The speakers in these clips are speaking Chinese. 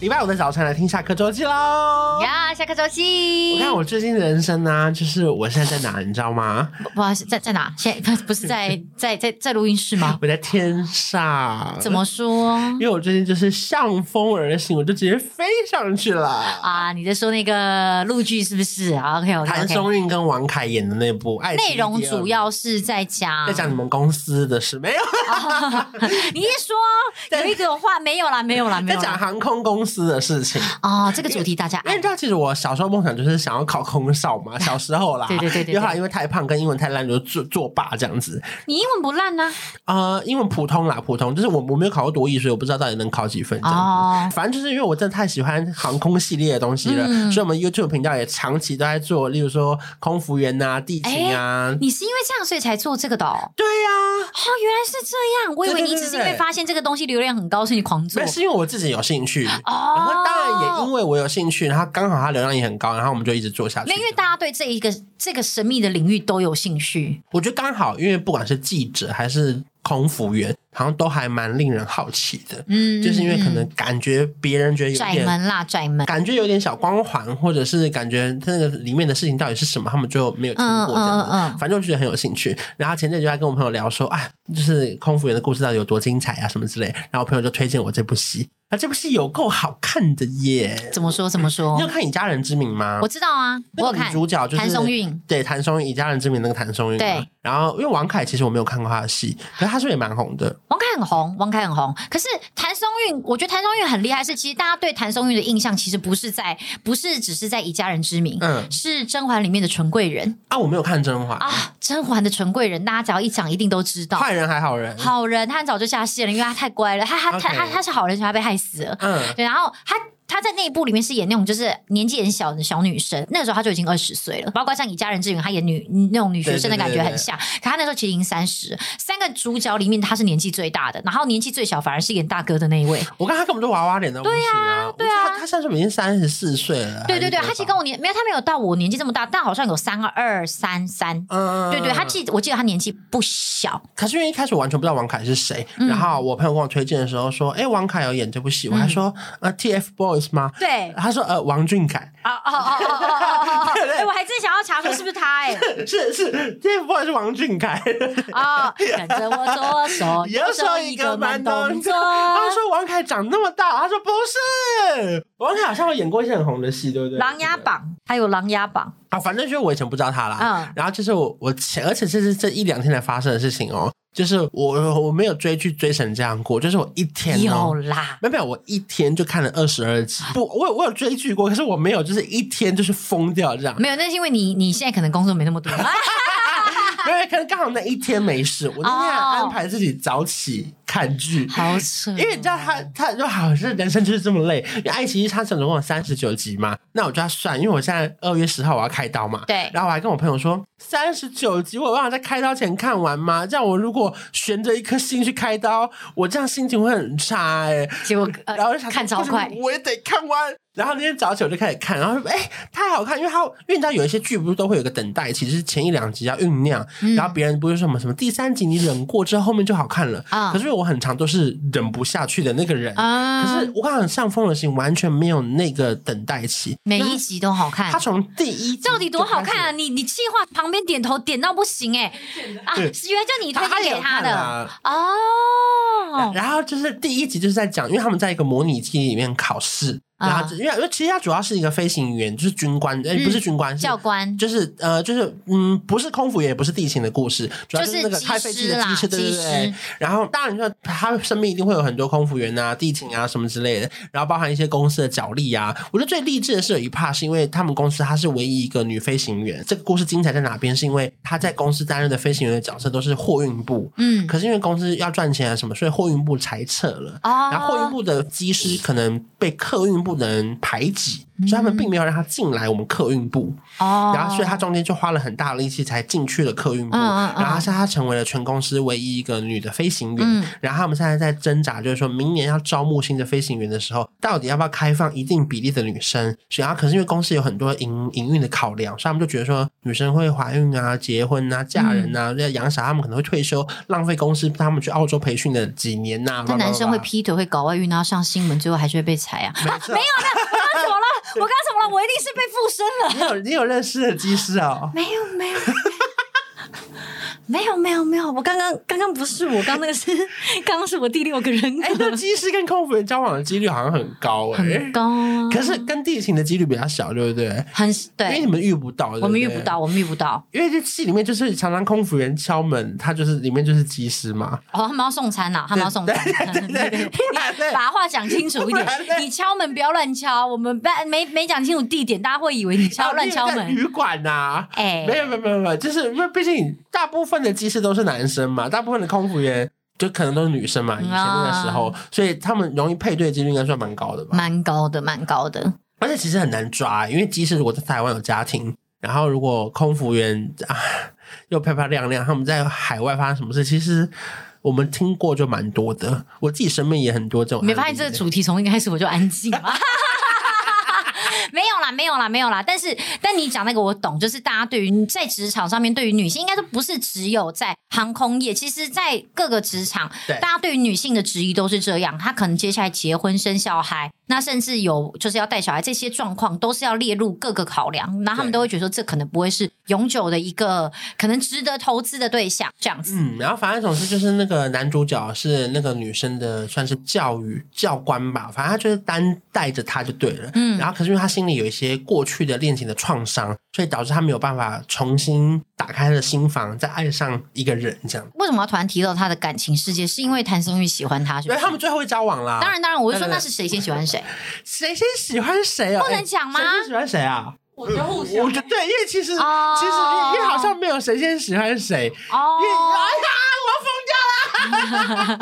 礼拜五的早晨来听下课周记喽。呀，下课周我期。看我最近的人生呢、就是我现在在 哪，你知道吗？不不好意思，在在哪？现在不是 在在在在录音室吗？我在天上。怎？么说因为我最近就是向风而行，我就直接飞上去了。啊？你在说那个陆剧是不是？OK 谭 OK OK。松韵跟王凯演的那部《爱情内容第二主名要啊哦是在讲啊在，讲你们公司的事，没有 你一说有一个话没有啦，没有啦，没在有讲啦。航空公司的事情。哦，这个主题大家因为爱你知道，其实我小时候梦想就是想要考空少嘛，小时候啦。对对对对对因为后来因为太胖跟英文太烂，就作作罢这样子。你英文不烂啊呐、呃，英文普通啦，普通，就是我我没有考过多译，所以我不知道到底能考几分这样子。哦，反正就是因为我真的太喜欢航空系列的东西了，嗯所以我们 YouTube 频道也长期都在做，例如说空服员呐、地勤啊，你是因为这样所以才做这个的哦。对啊呀、哦，原来是这样，我以为对对你对只是对因为对发现这个东西流量很高，所以你狂做那。是因为我自己有兴趣，然哦后，当然也因为我有兴趣，然后刚好它流量也很高，然后我们就一直做下去没有，。因为大家对这一个这个神秘的领域都有兴趣。我觉得刚好，因为不管是记者还是空服员，好像都还蛮令人好奇的，嗯，就是因为可能嗯感觉别人觉得有拽点门啦，拽门。感觉有点小光环，或者是感觉那个里面的事情到底是什么，他们就没有听嗯过这样嗯子。嗯，反正我就觉得很有兴趣，然后前阵子就在跟我朋友聊说，啊，就是空服员的故事到底有多精彩啊，什么之类。然后我朋友就推荐我这部戏，啊，这部戏有够好看的耶！怎么说怎么说嗯你有？看《以家人之名》吗哦我？知道啊，我那有个看女主角就是谭松韵，对，谭松韵《以家人之名》那个谭松韵嘛。对然后因为王凯其实我没有看过他的戏，可是他是不是也蛮红的？王凯很红，王凯很红。可是谭松韵，我觉得谭松韵很厉害，是其实大家对谭松韵的印象其实不是在，不是只是在以家人之名。嗯，是《甄嬛》里面的纯贵人啊，我没有看《甄嬛》啊，《甄嬛》的纯贵人，大家只要一讲，一定都知道。坏人还好人。好人，他很早就下线了，因为他太乖了。他他他 OK 他他是好人，所以他被害死了。嗯，对，然后他他在那一部里面是演那种就是年纪很小的小女生，那个时候她就已经二十岁了。包括像《以家人之名》，她演女那种女学生的感觉很像，可她那时候其实已经三十。三个主角里面，她是年纪最大的，然后年纪最小反而是演大哥的那一位。我看 他根本就娃娃脸的东西啊！对我啊觉得他他现在是不是已经三十四岁了？对对对，还是她其实多跟少我年没有，她没有到我年纪这么大，但好像有三二三三。嗯，对对，她记我记得她年纪不小，可是因为一开始我完全不知道王凯是谁，嗯然后我朋友跟我推荐的时候说：“哎、王凯有演这部戏。”我还嗯说：“呃，TFBOYS 吗？”对。他说：“呃，王俊凯 哦哦哦哦哦哦！哎，我还真想要查说是不是他哎、是是 TFBOYS 是王俊凯。” 哦，跟着我左手右手一个慢动作。他说：“王凯长那么大。”他说：“不是，王凯好像有演过一些很红的戏，对不对？” 《琅琊榜》，还有《琅琊榜啊，反正就是我以前不知道他啦。嗯然后就是我我前，而且这是这一两天才发生的事情哦，就是我我没有追剧追成这样过，就是我一天、哦、有啦，没有没有，我一天就看了二十二集。不，我有我有追剧过，可是我没有就是一天就是疯掉这样。 没有，那是因为你你现在可能工作没那么多。没有，可能刚好那一天没事，我那天还安排自己早起看剧。哦好扯，哦因为你知道他，他就好像人生就是这么累。因为爱奇艺它总共有三十九集嘛，那我就要算，因为我现在二月十号我要开刀嘛，对然后我还跟我朋友说，三十九集我有办法在开刀前看完吗？这样我如果悬着一颗心去开刀，我这样心情会很差哎、结果呃然后我就想说看超不行快，我也得看完。然后那天早起我就开始看，然后就哎、太好看，因为它因为你知道有一些剧不是都会有个等待期，就是前一两集要酝酿，嗯然后别人不是说什么什么第三集你忍过之后后面就好看了，啊可是我很常都是忍不下去的那个人。啊，可是我刚刚上风的心完全没有那个等待期，每一集都好看他。从第一集到底多好看就开啊！始！你你气话旁边点头点到不行哎、啊！对是原来就你推他也荐有给他看的啊哦。嗯然后就是第一集就是在讲，因为他们在一个模拟机里面考试，然后就因为因为其实他主要是一个飞行员，就是军官，哎、嗯不是军官，是教官就是呃，就是嗯，不是空服也不是地勤的故事，主要就是那个机开飞机师的啦机师，对机对对师。然后当然说，他身边一定会有很多空服员啊、地勤啊什么之类的，然后包含一些公司的角力啊。我觉得最励志的是有一 part 是因为他们公司她是唯一一个女飞行员。这个故事精彩在哪边？是因为她在公司担任的飞行员的角色都是货运部，嗯，可是因为公司要赚钱啊什么，所以货运部裁撤了。哦，然后货运部的机师可能被客运部的人排挤，所以他们并没有让他进来我们客运部，哦，然后所以他中间就花了很大的力气才进去了客运部，嗯嗯嗯然后现在他成为了全公司唯一一个女的飞行员，嗯然后他们现在在挣扎，就是说明年要招募新的飞行员的时候，到底要不要开放一定比例的女生？然后可是因为公司有很多营营运的考量，所以他们就觉得说女生会怀孕啊、结婚啊、嫁人啊、嗯要养小孩，他们可能会退休，浪费公司他们去澳洲培训的几年呐、但男生 blah blah blah 会劈腿、会搞外遇，然后上新闻，最后还是会被裁啊！啊，错没有的，我刚刚 怎么了？我刚刚怎么了？我一定是被附身了。你有你有认识的技师 哦？没有，没有。没有没有没有，我刚刚刚刚不是我，刚刚那个是刚刚是我第六个人格，哎，那技师跟空服员交往的几率好像很高哎、很高啊，可是跟地勤的几率比较小，对不对？很因为对你，们遇不到，对对我们遇不。到，我们遇不到。因为这戏里面就是常常空服员敲门，他就是里面就是技师嘛。哦，他们要送餐呐、他们要送餐。 对对对，不然呢？把话讲清楚一不然点呢，你敲门不要乱敲，我们不没没讲清楚地点，大家会以为你啊敲乱敲在门。旅馆呐、哎、没有没有没有没有，就是因为毕竟大部分的技师都是男生嘛，大部分的空服员就可能都是女生嘛。以前那个时嗯候，啊所以他们容易配对的几率应该算蛮高的吧。蛮高的，蛮高的。而且其实很难抓，因为即使如果在台湾有家庭，然后如果空服员啊又漂漂亮亮，他们在海外发生什么事，其实我们听过就蛮多的。我自己身边也很多这种案你例。没发现这个主题从一开始我就安静吗？ 没有啦，没有啦，没有啦。但是，但你讲那个我懂，就是大家对于在职场上面，对于女性，应该都不是只有在航空业，其实，在各个职场，对大家对于女性的质疑都是这样。她可能接下来结婚生小孩，那甚至有就是要带小孩，这些状况都是要列入各个考量，然后他对们都会觉得说，这可能不会是永久的一个可能值得投资的对象，这样子。嗯，然后反正总之就是那个男主角是那个女生的算是教育教官吧，反正他就是担带着她就对了。嗯然后可是因为他心里有一些过去的恋情的创伤，所以导致他没有办法重新打开他的心房，再爱上一个人这样。为什么要突然提到她的感情世界？是因为谭松韵喜欢她，因是不为是？他们最后会交往啦。当然，当然，我是说啊对对对那是谁先喜欢谁？谁先喜欢谁啊？不能讲吗哎谁先喜欢谁啊？我觉得互相我觉得对，因为其实、哦其实因为因为好像没有谁先喜欢谁，因为、哎哦，呀，我要疯掉了！ 因为我跟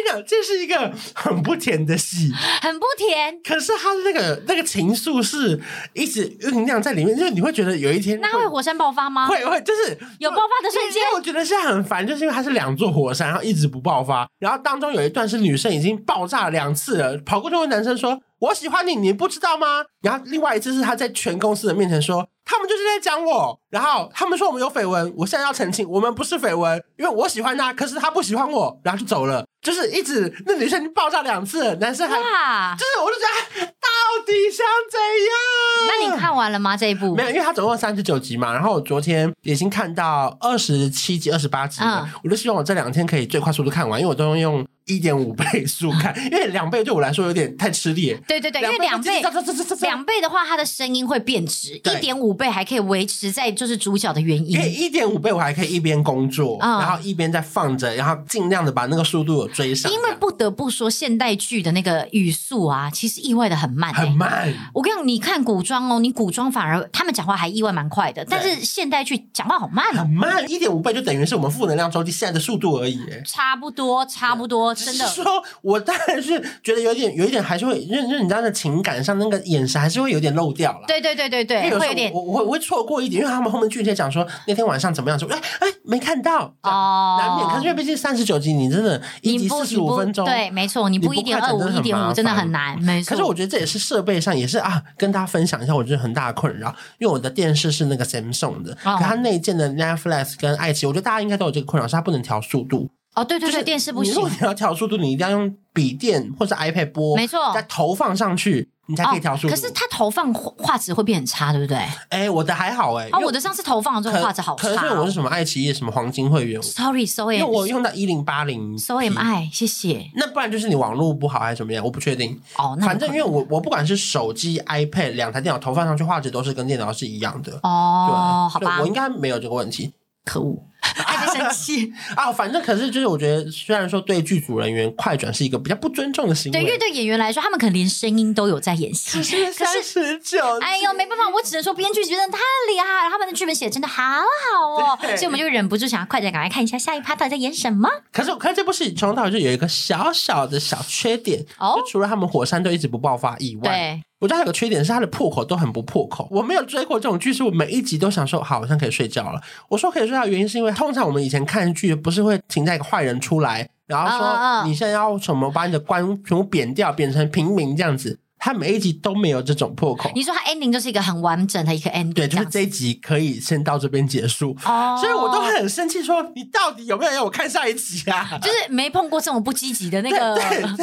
你讲，这是一个很不甜的戏，很不甜。可是他的那个那个情愫是一直酝酿在里面，就是你会觉得有一天那会火山爆发吗？会会就是有爆发的瞬间因为我觉得是很烦，就是因为它是两座火山，然后一直不爆发，然后当中有一段是女生已经爆炸两次了，跑过去问男生说：“我喜欢你，你不知道吗？”然后另外一次是她在全公司的面前说。他们就是在讲我，然后他们说我们有绯闻，我现在要澄清，我们不是绯闻，因为我喜欢他，可是他不喜欢我，然后就走了，就是一直那女生已经爆炸两次了，男生还就哇！是我就觉得到底想怎样？那你看完了吗？这一部没有，因为它总共三十九集嘛，然后我昨天已经看到二十七集、二十八集了，嗯我就希望我这两天可以最快速度看完，因为我都用一点五倍速看，因为两倍对我来说有点太吃力。对对对，因为两倍这这这这这这两倍的话，它的声音会变直，对一点五倍还可以维持在就是主角的原因为因。一点五倍我还可以一边工作，嗯然后一边在放着，然后尽量的把那个速度有追上，因为不得不说，现代剧的那个语速啊，其实意外的很慢、欸，很慢，我跟你讲，你看古装哦，你古装反而他们讲话还意外蛮快的，但是现代剧讲话好慢很哦，慢，一点五倍就等于是我们负能量周期现在的速度而已。哎差不多，差不多，真的只是说我当然是觉得有点，有一点还是会，因为因为你知道的情感上那个眼神还是会有点漏掉了。对对对对因为时对，会候有点我我我会错过一点，因为他们后面剧情讲说那天晚上怎么样，说哎哎没看到，这样哦，难免。可是因为毕竟三十九集，你真的一集你不四你十五不分钟，对，。没错，你你不不一点快二整五、真的一很点麻五烦真的很难，没错。可是我觉得这也是设备上也是啊，跟大家分享一下，我觉得很大的困扰，因为我的电视是那个 Samsung 的，哦可它内建的 Netflix 跟爱奇艺，我觉得大家应该都有这个困扰，是它不能调速度。哦，对对就对，是电视不你如行果。你要调速度，你一定要用笔电或是 iPad 播，没错再投放上去，你才可以调速度。哦可是它投放画画质会变很差，对不对？啊，哎、我的还好哎、因为我的上次投放的这可种画质好可是因差为我哦是。什么爱奇艺什么黄金会员， Sorry, so 因为我嗯 am 用到一零八零 so am I，谢谢。那不然就是你网络不好还是怎么样，我不确定。哦，那有反正可因能为我我不管是手机、iPad 两台电脑投放上去，画质都是跟电脑是一样的。哦，好对吧我，应该没有这个问题 可恶，爱在生气。啊。反正可是就是我觉得，虽然说对剧组人员快转是一个比较不尊重的行为，对，因为对演员来说，他们可能连声音都有在演戏只。是可三是十九，哎呦，没办法，我只能说编剧觉得太厉害了，他们的剧本写得真的好好哦， 对所以我们就忍不住想要快点赶快看一下下一趴到底在演什么。可是可是这部戏从头到尾就有一个小小的小缺点，哦就除了他们火山队一直不爆发以外。对，我觉得还有个缺点是它的破口都很不破口。我没有追过这种剧，是我每一集都想说好，好像可以睡觉了。我说可以睡觉的原因是因为通常我们以前看剧不是会停在一个坏人出来，然后嗯嗯说嗯你现在要什么把你的官全部贬掉，变成平民这样子。他每一集都没有这种破口，你说他 ending 就是一个很完整的一个 ending，对，这就是样子这一集可以先到这边结束。哦，所以我都很生气，说你到底有没有要我看下一集啊？就是没碰过这种不积极的那个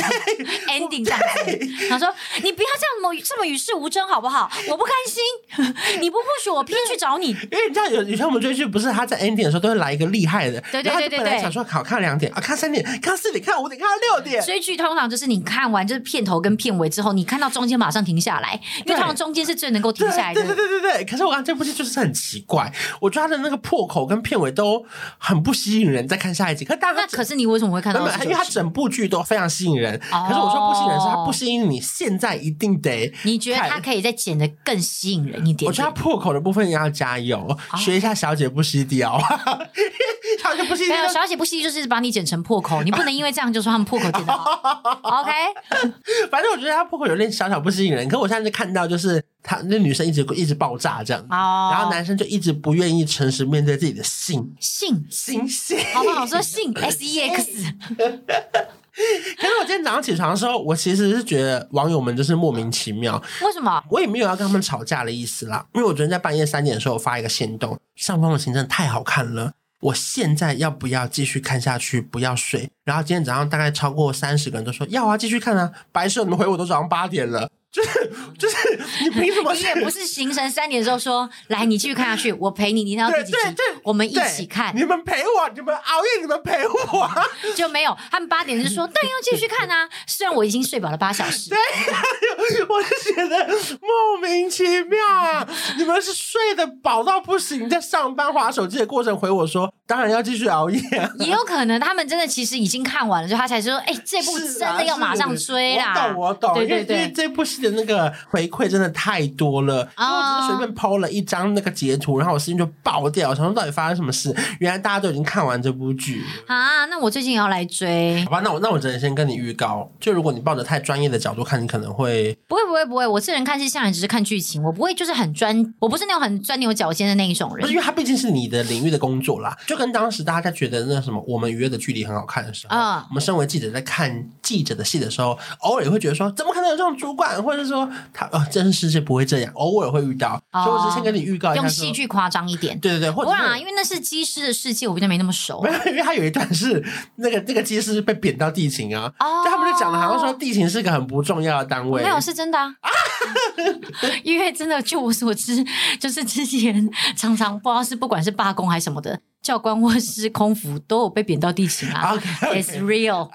ending 这样子。他说：“你不要这样么这么与世无争好不好？我不甘 心，你不或许我偏去找你。因为你知道有有些我们追剧不是他在 ending 的时候都会来一个厉害的，对对然后他对对本来对想说好看两点啊，看三点，看四点，看五点，看到六点，追剧通常就是你看完就是片头跟片尾之后，你看到中间马上停下来，因为对通常中间是最能够停对下来对对的。对对对。可是我看这部戏就是很奇怪，我觉得他的那个破口跟片尾都很不吸引人，再看下一集。可是当然那可是你为什么会看没到有没有这因为种他剧整部剧都非常吸引人，哦可是我说不吸引人是他不吸引你，现在一定得。你觉得它可以再剪得更吸引人一点哦我觉得点他？破口的部分也要加油，学一下小姐不吸雕， 小姐不吸没雕有，小姐不惜就是把你剪成破口，你不能因为这样就说他们破口 剪得好。OK，反正我觉得他破口有点小小不吸引人，可我现在就看到就是他那女生一直一直爆炸这样，哦然后男生就一直不愿意诚实面对自己的性性，性性。好不好？我说 性 S E X，可是我今天早上起床的时候，我其实是觉得网友们就是莫名其妙，为什么？我也没有要跟他们吵架的意思啦，因为我昨天在半夜三点的时候我发一个限动，上方的行政太好看了。我现在要不要继续看下去？不要睡。然后今天早上大概超过三十个人都说要啊，继续看啊。白色你们回我都早上八点了，就是就是你凭什么？ 你也不是凌晨三点的时候说，来，你继续看下去，我陪你，你一定要第几集对对对，我们一对起看，你们陪我，你们熬夜，你们陪我。啊就没有。他们八点就说，但要继续看啊。虽然我已经睡饱了八小 时，我就觉得莫名其妙啊！你们是睡得饱到不行，在上班划手机的过程回我说，当然要继续熬夜啊。也有可能他们真的其实已经看完了，就他才说，哎，这部是真啊的要马上是追我啦。懂，我懂，对因为对因为对。这部戏的那个回馈真的太多了，因哦为我只是随便抛了一张那个截图，然后我心就爆掉，想说到底发生什么事？原来大家都已经看完这部剧了。啊，那我最近也要 来追好，吧，那我那我只能先跟你预告，就如果你抱着太专业的角度看，你可能会不会不会不会，我这人看戏向来只是看剧情，我不会就是很专，我不是那种很钻牛角尖的那一种不人是因。为它毕竟是你的领域的工作啦，就跟当时大家在觉得那什么《我们愉悦的距离》很好看的时候，嗯我们身为记者在看记者的戏的时候，偶尔也会觉得说，怎么可能有这种主管，或者说他哦，真实世界不会这样，偶尔会遇到，所哦以我只是先跟你预告一下，用戏，剧夸张一点。对对对，不或者然是啊，因为那是机师的世界，我比较没那么熟没。有，因为他有一段是那个那个机师被贬到地勤啊，哦就他们就讲的好像说地勤是个很不重要的单位，没有是真的啊， 因为真的，就我所知，就是之前常常不知道是不管是罢工还是什么的，教官或是空服都有被贬到地勤啊。 OK，OK It's real，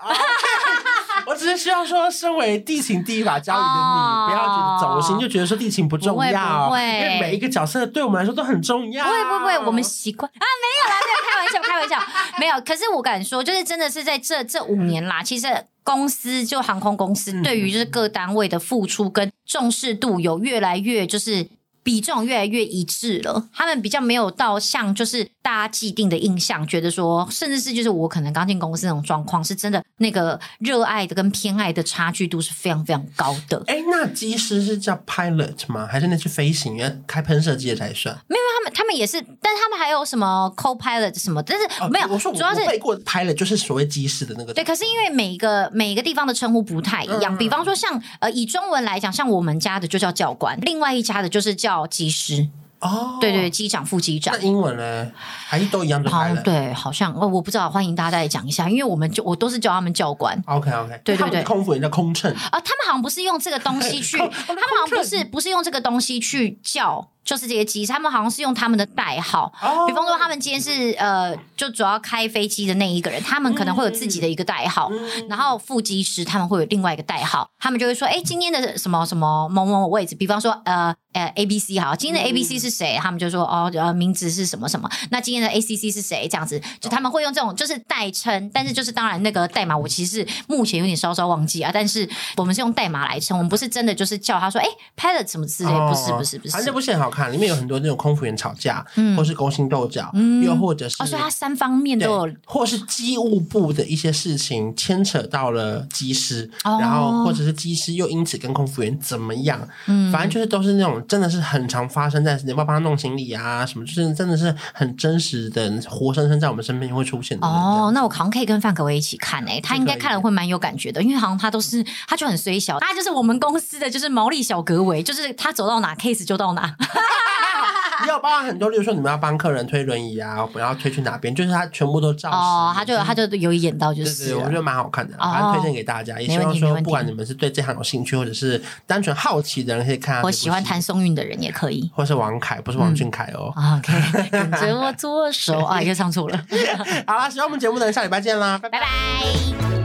我只是希望说，身为地勤第一把交椅的哦你，不要觉得走心，就觉得说地勤不重要，不会不会因为每一个角色对我们来说都很重要。不会不会，我们习惯啊，没有啦，没有开玩笑，开玩 笑，没有。可是我敢说，就是真的是在这这五年啦，其实。公司就航空公司嗯对于就是各单位的付出跟重视度有越来越就是比重越来越一致了，他们比较没有到像就是大家既定的印象，觉得说甚至是就是我可能刚进公司那种状况，是真的那个热爱的跟偏爱的差距度是非常非常高的。哎，那机师是叫 pilot 吗？还是那是飞行员开喷射机的才算？他们他们也是，但是他们还有什么 co-pilot 什么，但是哦没有，我说我主要是我背过 pilot 就是所谓机师的那个。对，可是因为每一个每一个地方的称呼不太一样，嗯比方说像呃，以中文来讲，像我们家的就叫教官，另外一家的就是叫技师。哦，对对，，机长、副机长那。英文呢？还是都一样就好开，了。对，好像哦，我不知道，欢迎大家再讲一下，因为我们就我都是叫他们教官 OK OK，对对对空服也叫空乘，啊，他们好像不是用这个东西去，他 空们好像不是不是用这个东西去叫，就是这些机师，他们好像是用他们的代号，哦比方说他们今天是呃，就主要开飞机的那一个人，他们可能会有自己的一个代号，嗯然后副机师他们会有另外一个代号，他们就会说，哎，今天的什么什么某某某位置，比方说呃呃 A B C 好，今天的 A B C 是谁？他们就说哦呃名字是什么什么，那今天的 A C C 是谁？这样子，就他们会用这种就是代称，但是就是当然那个代码我其实目前有点稍稍忘记啊，但是我们是用代码来称，我们不是真的就是叫他说哎 pilot 什么之类，不是哦不是不反正是这，部戏很好看，里面有很多那种空服员吵架，嗯或是勾心斗角，嗯又或者是哦，所以他三方面对都有，或是机务部的一些事情牵扯到了机师，哦然后或者是机师又因此跟空服员怎么样，嗯反正就是都是那种真的是很常发生在你要不要帮他弄行李啊什么，就是真的是很真实的活生生在我们身边会出现的人哦，那我好像可以跟范可薇一起看诶、他应该可以看了会蛮有感觉的，因为好像他都是他就很虽小，他就是我们公司的就是毛利小格维，就是他走到哪 case 就到哪。也有包含很多，例如说你们要帮客人推轮椅啊，我要推去哪边，就是他全部都照实。嗯哦，他就他就有演到就对是对，我觉了得蛮好看的，哦反正推荐给大家。也希没问望题没说，问题不管你们是对这行有兴趣，或者是单纯好奇的人，可以看。我喜欢谭，松韵的人也 可以。或是王凯，不是王俊凯哦。啊 OK，跟着我左手啊，又唱错了， 好啦，喜欢我们节目的人，下礼拜见啦，拜拜拜拜。